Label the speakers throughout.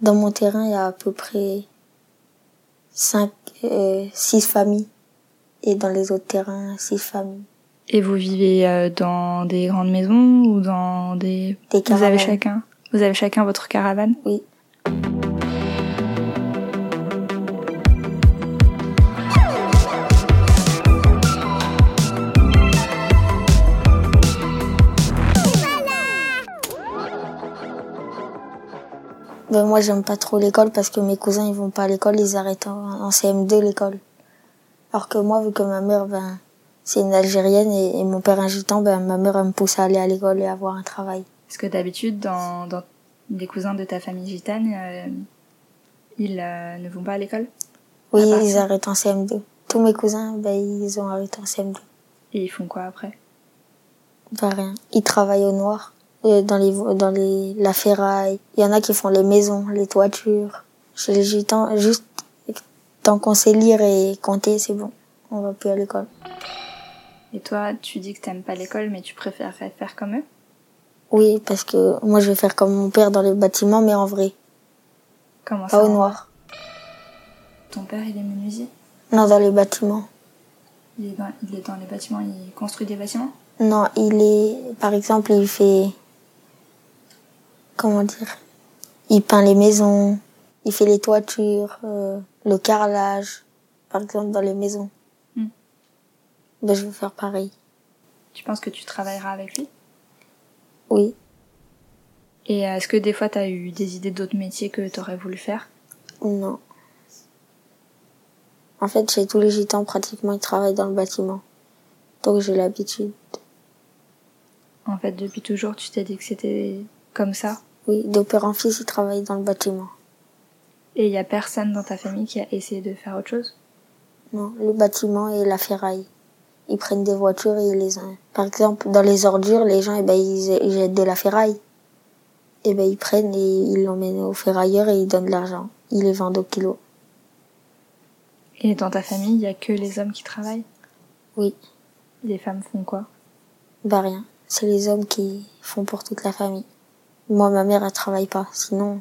Speaker 1: Dans mon terrain, il y a à peu près 5, 6 familles. Et dans les autres terrains, 6 familles.
Speaker 2: Et vous vivez euh, dans des grandes maisons ou dans des...
Speaker 1: Des
Speaker 2: Vous avez
Speaker 1: caravanes.
Speaker 2: chacun Vous avez chacun votre caravane
Speaker 1: Oui. Ben moi j'aime pas trop l'école parce que mes cousins ils vont pas à l'école, ils arrêtent en, en CM2 l'école. Alors que moi vu que ma mère ben c'est une Algérienne et, et mon père un gitan, ben ma mère elle me pousse à aller à l'école et avoir un travail.
Speaker 2: Parce que d'habitude, dans, dans les cousins de ta famille gitane, euh, ils euh, ne vont pas à l'école
Speaker 1: Oui,
Speaker 2: À part
Speaker 1: ils
Speaker 2: ça.
Speaker 1: arrêtent en CM2. Tous mes cousins, ben, ils ont arrêté en CM2.
Speaker 2: Et ils font quoi après
Speaker 1: Pas rien. Ils travaillent au noir, euh, dans les vo- dans les la ferraille. Il y en a qui font les maisons, les toitures. Chez les gitans, juste tant qu'on sait lire et compter, c'est bon. On va plus à l'école.
Speaker 2: Et toi, tu dis que t'aimes pas l'école, mais tu préférerais faire comme eux
Speaker 1: Oui, parce que moi je vais faire comme mon père dans les bâtiments, mais en vrai,
Speaker 2: Comment ça
Speaker 1: pas au noir.
Speaker 2: Ton père, il est menuisier
Speaker 1: Non, dans les bâtiments.
Speaker 2: il est, dans, il est dans les bâtiments, il construit des bâtiments
Speaker 1: Non, il est, par exemple, il fait, comment dire, il peint les maisons, il fait les toitures, euh, le carrelage, par exemple dans les maisons.
Speaker 2: Hmm.
Speaker 1: Ben, je veux faire pareil.
Speaker 2: Tu penses que tu travailleras avec lui
Speaker 1: Oui,
Speaker 2: Et euh, est-ce que des fois, t'as eu des idées d'autres métiers que t'aurais voulu faire
Speaker 1: non. En fait, chez tous les gitans, pratiquement, ils travaillent dans le bâtiment. Donc j'ai l'habitude.
Speaker 2: En fait, depuis toujours, tu t'es dit que c'était comme ça
Speaker 1: Oui, de père en fils, ils travaillent dans le bâtiment.
Speaker 2: Et il y a personne dans ta famille qui a essayé de faire autre chose
Speaker 1: Non, le bâtiment et la ferraille. Ils prennent des voitures et ils les... Par exemple, dans les ordures, les gens, eh ben, ils, ils jettent de la ferraille. Et ben, ils prennent et ils l'emmènent au ferrailleur et ils donnent de l'argent. Ils les vendent au kilo.
Speaker 2: Et dans ta famille, il y a que les hommes qui travaillent
Speaker 1: Oui,
Speaker 2: Les femmes font quoi
Speaker 1: bah rien. C'est les hommes qui font pour toute la famille. Moi, ma mère, elle travaille pas. Sinon,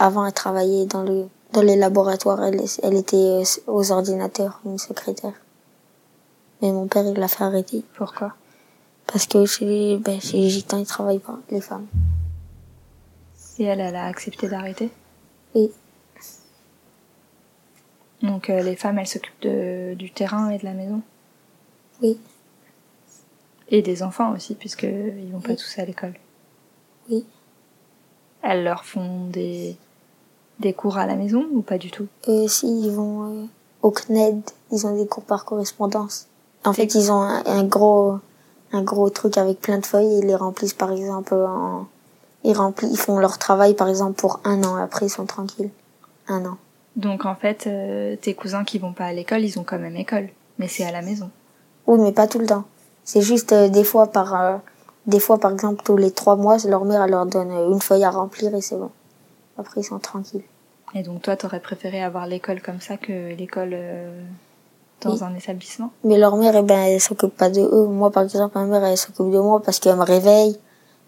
Speaker 1: avant, elle travaillait dans le dans les laboratoires. Elle, elle était euh, aux ordinateurs, une secrétaire. Mais mon père, il l'a fait arrêter.
Speaker 2: Pourquoi
Speaker 1: Parce que chez les, ben, chez les gitans, ils travaillent pas, les femmes.
Speaker 2: Et elle, elle a accepté d'arrêter
Speaker 1: Oui,
Speaker 2: Donc euh, les femmes, elles s'occupent de- du terrain et de la maison.
Speaker 1: oui,
Speaker 2: Et des enfants aussi, puisqu'ils vont pas tous à l'école.
Speaker 1: oui.
Speaker 2: Elles leur font des, des cours à la maison ou pas du tout
Speaker 1: Eux aussi, ils vont euh, au CNED, ils ont des cours par correspondance. En fait, ils ont un, un gros un gros truc avec plein de feuilles et ils les remplissent par exemple en ils remplissent, ils font leur travail par exemple pour un an après ils sont tranquilles. Un an.
Speaker 2: Donc en fait, euh, tes cousins qui vont pas à l'école, ils ont quand même école. Mais c'est à la maison.
Speaker 1: Oui, mais pas tout le temps. C'est juste euh, des fois par euh, des fois par exemple tous les trois mois, leur mère elle leur donne euh, une feuille à remplir et c'est bon. Après ils sont tranquilles.
Speaker 2: Et donc toi, t'aurais préféré avoir l'école comme ça que l'école euh, dans
Speaker 1: Oui.
Speaker 2: un établissement
Speaker 1: Mais leur mère, eh ben, elle s'occupe pas de eux. Moi, par exemple, ma mère, elle s'occupe de moi parce qu'elle me réveille.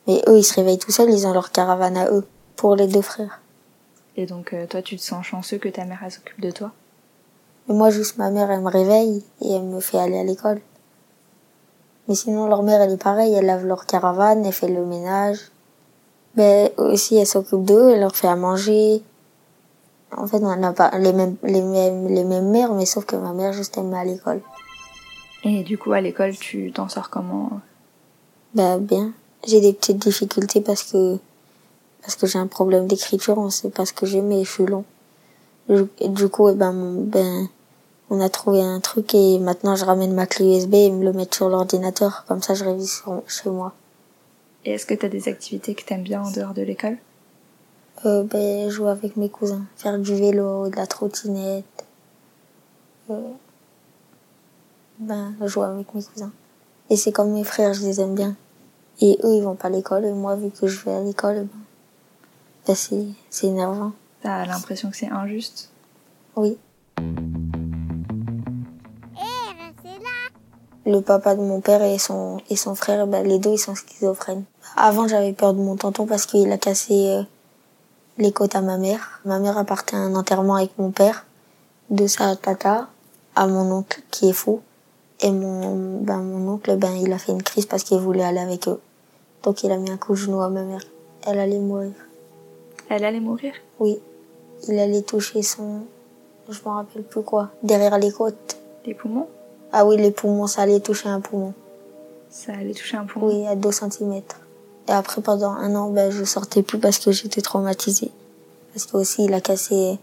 Speaker 1: Mais eux, ils se réveillent tout seuls, ils ont leur caravane à eux. Pour les deux frères.
Speaker 2: Et donc euh, toi, tu te sens chanceux que ta mère elle s'occupe de toi
Speaker 1: Mais moi, juste ma mère, elle me réveille et elle me fait aller à l'école. Mais sinon, leur mère, elle est pareille. Elle lave leur caravane, elle fait le ménage. Mais aussi, elle s'occupe d'eux, elle leur fait à manger. En fait, on n'a pas les mêmes, les mêmes, les mêmes mères, mais sauf que ma mère, juste, elle me met à l'école.
Speaker 2: Et du coup, à l'école, tu t'en sors comment
Speaker 1: Bah bien. J'ai des petites difficultés parce que parce que j'ai un problème d'écriture, on sait pas ce que j'ai, mais je suis long. Je- et du coup, eh ben, mon- ben, on a trouvé un truc et maintenant je ramène ma clé USB et me le mettre sur l'ordinateur. Comme ça, je révise sur- chez moi.
Speaker 2: Et est-ce que t'as des activités que t'aimes bien en dehors de l'école
Speaker 1: Euh, ben, jouer avec mes cousins, faire du vélo, de la trottinette. Euh, ben, jouer avec mes cousins. Et c'est comme mes frères, je les aime bien. Et eux, ils vont pas à l'école, et moi, vu que je vais à l'école, ben, ben, c'est, c'est énervant.
Speaker 2: T'as l'impression que c'est injuste
Speaker 1: Oui. Le papa de mon père et son, et son frère, ben, les deux, ils sont schizophrènes. Avant, j'avais peur de mon tonton parce qu'il a cassé euh, les côtes à ma mère. Ma mère a parti à un enterrement avec mon père, de sa tata à mon oncle qui est fou. Et mon, ben, mon oncle, ben, il a fait une crise parce qu'il voulait aller avec eux. Donc il a mis un coup de genou à ma mère. Elle allait mourir.
Speaker 2: Elle allait mourir
Speaker 1: Oui. Il allait toucher son, je m'en rappelle plus quoi, derrière les côtes.
Speaker 2: Les poumons
Speaker 1: Ah oui, les poumons, ça allait toucher un poumon.
Speaker 2: Ça allait toucher un poumon
Speaker 1: Oui, à 2 cm. Et après, pendant un an, ben, je sortais plus parce que j'étais traumatisée. Parce que aussi, il a cassé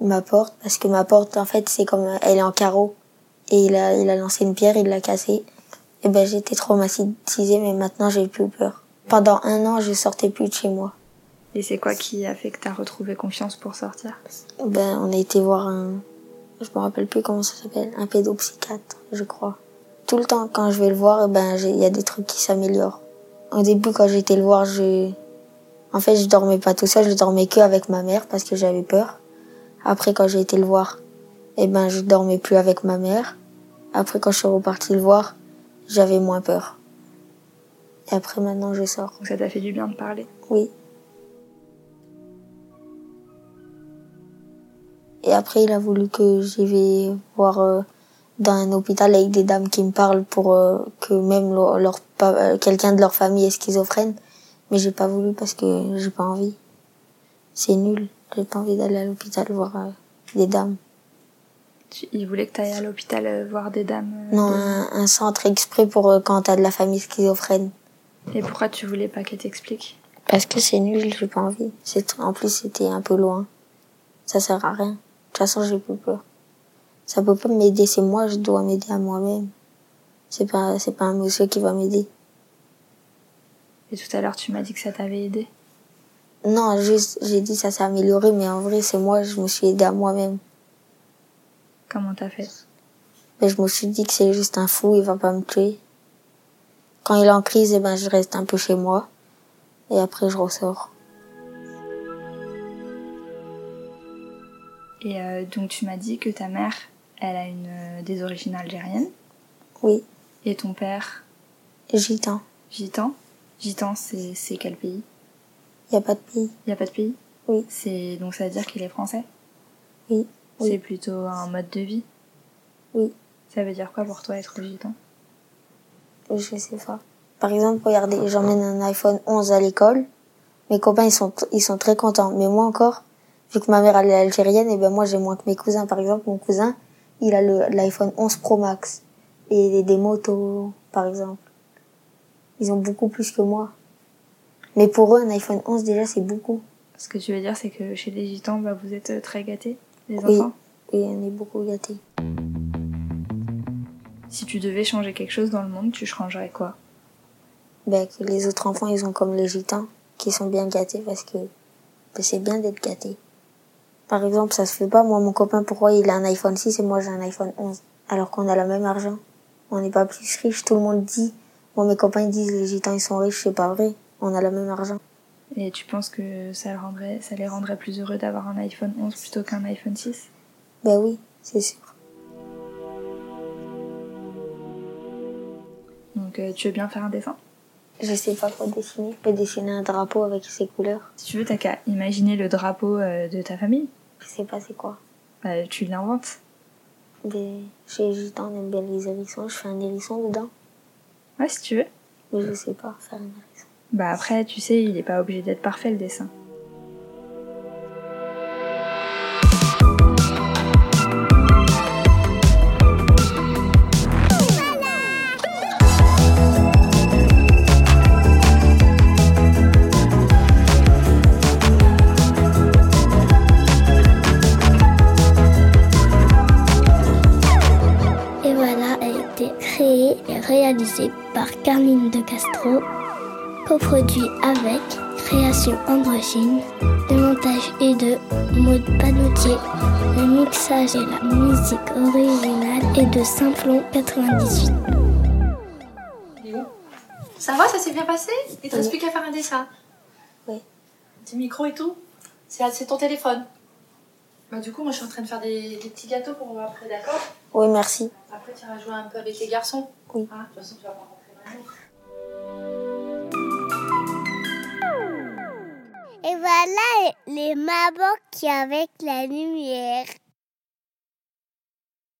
Speaker 1: ma porte. Parce que ma porte, en fait, c'est comme, elle est en carreau. Et il a, il a lancé une pierre, il l'a cassée. Et ben, j'étais traumatisée, mais maintenant, j'ai plus peur. Pendant un an, je sortais plus de chez moi.
Speaker 2: Et c'est quoi qui a fait que t'as retrouvé confiance pour sortir
Speaker 1: Ben, on a été voir un, je me rappelle plus comment ça s'appelle, un pédopsychiatre, je crois. Tout le temps, quand je vais le voir, eh ben, j'ai- il y a des trucs qui s'améliorent. Au début, quand j'étais le voir, je, en fait, je dormais pas tout seul, je dormais que avec ma mère parce que j'avais peur. Après, quand j'ai été le voir, eh ben, je dormais plus avec ma mère. Après, quand je suis repartie le voir, j'avais moins peur. Et après, maintenant, je sors.
Speaker 2: Donc ça t'a fait du bien de parler.
Speaker 1: Oui. Et après, il a voulu que j'y vais voir euh, dans un hôpital avec des dames qui me parlent pour euh, que même leur, leur pa- euh, quelqu'un de leur famille est schizophrène. Mais j'ai pas voulu parce que j'ai pas envie. C'est nul. J'ai pas envie d'aller à l'hôpital voir euh, des dames.
Speaker 2: Tu- Il voulait que t'ailles à l'hôpital euh, voir des dames. euh,
Speaker 1: Non, un, un centre exprès pour euh, quand t'as de la famille schizophrène.
Speaker 2: Et pourquoi tu voulais pas qu'elle t'explique
Speaker 1: Parce que c'est nul, j'ai pas envie. C'est tr- en plus c'était un peu loin. Ça sert à rien. De toute façon, j'ai plus peur. Ça peut pas m'aider, c'est moi, je dois m'aider à moi-même. C'est pas c'est pas un monsieur qui va m'aider.
Speaker 2: Et tout à l'heure, tu m'as dit que ça t'avait aidé.
Speaker 1: Non, juste j'ai dit ça s'est amélioré mais en vrai, c'est moi, je me suis aidé à moi-même.
Speaker 2: Comment t'as fait
Speaker 1: Mais je me suis dit que c'est juste un fou, il va pas me tuer. Quand il est en crise, eh ben je reste un peu chez moi et après je ressors.
Speaker 2: Et euh, donc, tu m'as dit que ta mère, elle a une, euh, des origines algériennes.
Speaker 1: Oui,
Speaker 2: Et ton père,
Speaker 1: gitan.
Speaker 2: gitan. Gitan, c'est c'est quel pays
Speaker 1: Y a pas de pays.
Speaker 2: Il a pas de pays
Speaker 1: Oui.
Speaker 2: C'est donc ça veut dire qu'il est français
Speaker 1: Oui. Oui.
Speaker 2: C'est plutôt un mode de vie
Speaker 1: Oui.
Speaker 2: Ça veut dire quoi pour toi être gitan
Speaker 1: Je sais pas. Par exemple, regardez, j'emmène un iPhone 11 à l'école. Mes copains, ils sont, ils sont très contents. Mais moi encore, vu que ma mère, elle est algérienne, et ben moi, j'ai moins que mes cousins. Par exemple, mon cousin, il a le- l'iPhone 11 Pro Max. Et des, des motos, par exemple. Ils ont beaucoup plus que moi. Mais pour eux, un iPhone 11, déjà, c'est beaucoup.
Speaker 2: Ce que tu veux dire, c'est que chez les gitans, bah, vous êtes euh, très gâtés, les
Speaker 1: Oui.
Speaker 2: enfants.
Speaker 1: Et on est beaucoup gâtés.
Speaker 2: Si tu devais changer quelque chose dans le monde, tu changerais quoi
Speaker 1: Ben, que les autres enfants, ils ont comme les gitans, qui sont bien gâtés parce que ben, c'est bien d'être gâté. Par exemple, ça se fait pas. Moi, mon copain, pourquoi il a un iPhone 6 et moi j'ai un iPhone 11 Alors qu'on a le même argent. On n'est pas plus riche. Tout le monde dit. Moi, mes copains ils disent les gitans, ils sont riches. C'est pas vrai. On a le même argent.
Speaker 2: Et tu penses que ça, rendrait, ça les rendrait plus heureux d'avoir un iPhone 11 plutôt qu'un iPhone 6
Speaker 1: Ben oui, c'est sûr.
Speaker 2: Donc euh, tu veux bien faire un dessin
Speaker 1: Je sais pas quoi dessiner. Je peux dessiner un drapeau avec ses couleurs.
Speaker 2: Si tu veux, t'as qu'à imaginer le drapeau euh, de ta famille.
Speaker 1: Je sais pas c'est quoi.
Speaker 2: Bah, tu l'inventes.
Speaker 1: Des... Chez les gitans, on aime bien les hérissons. Je fais un hérisson dedans.
Speaker 2: Ouais, si tu veux.
Speaker 1: Mais je sais pas faire un hérisson.
Speaker 2: Bah après, tu sais, il n'est pas obligé d'être parfait le dessin.
Speaker 3: Et voilà a été créé et réalisé par Carmine de Castro, coproduit avec Création Androgyne, le montage et de Maud Panotier, le mixage et la musique originale est de Simplon 98.
Speaker 4: Ça va, ça s'est bien passé Il te reste plus qu'à faire un dessin.
Speaker 1: Oui.
Speaker 4: Des micros et tout. C'est c'est ton téléphone. Bah du coup, moi je suis en train de faire des, des petits gâteaux pour après, d'accord
Speaker 1: Oui, merci.
Speaker 4: Après, tu iras jouer un peu avec les garçons.
Speaker 1: Oui.
Speaker 4: Hein de toute façon, tu vas pas rentrer maintenant.
Speaker 3: Et voilà les mamans qui avec la lumière.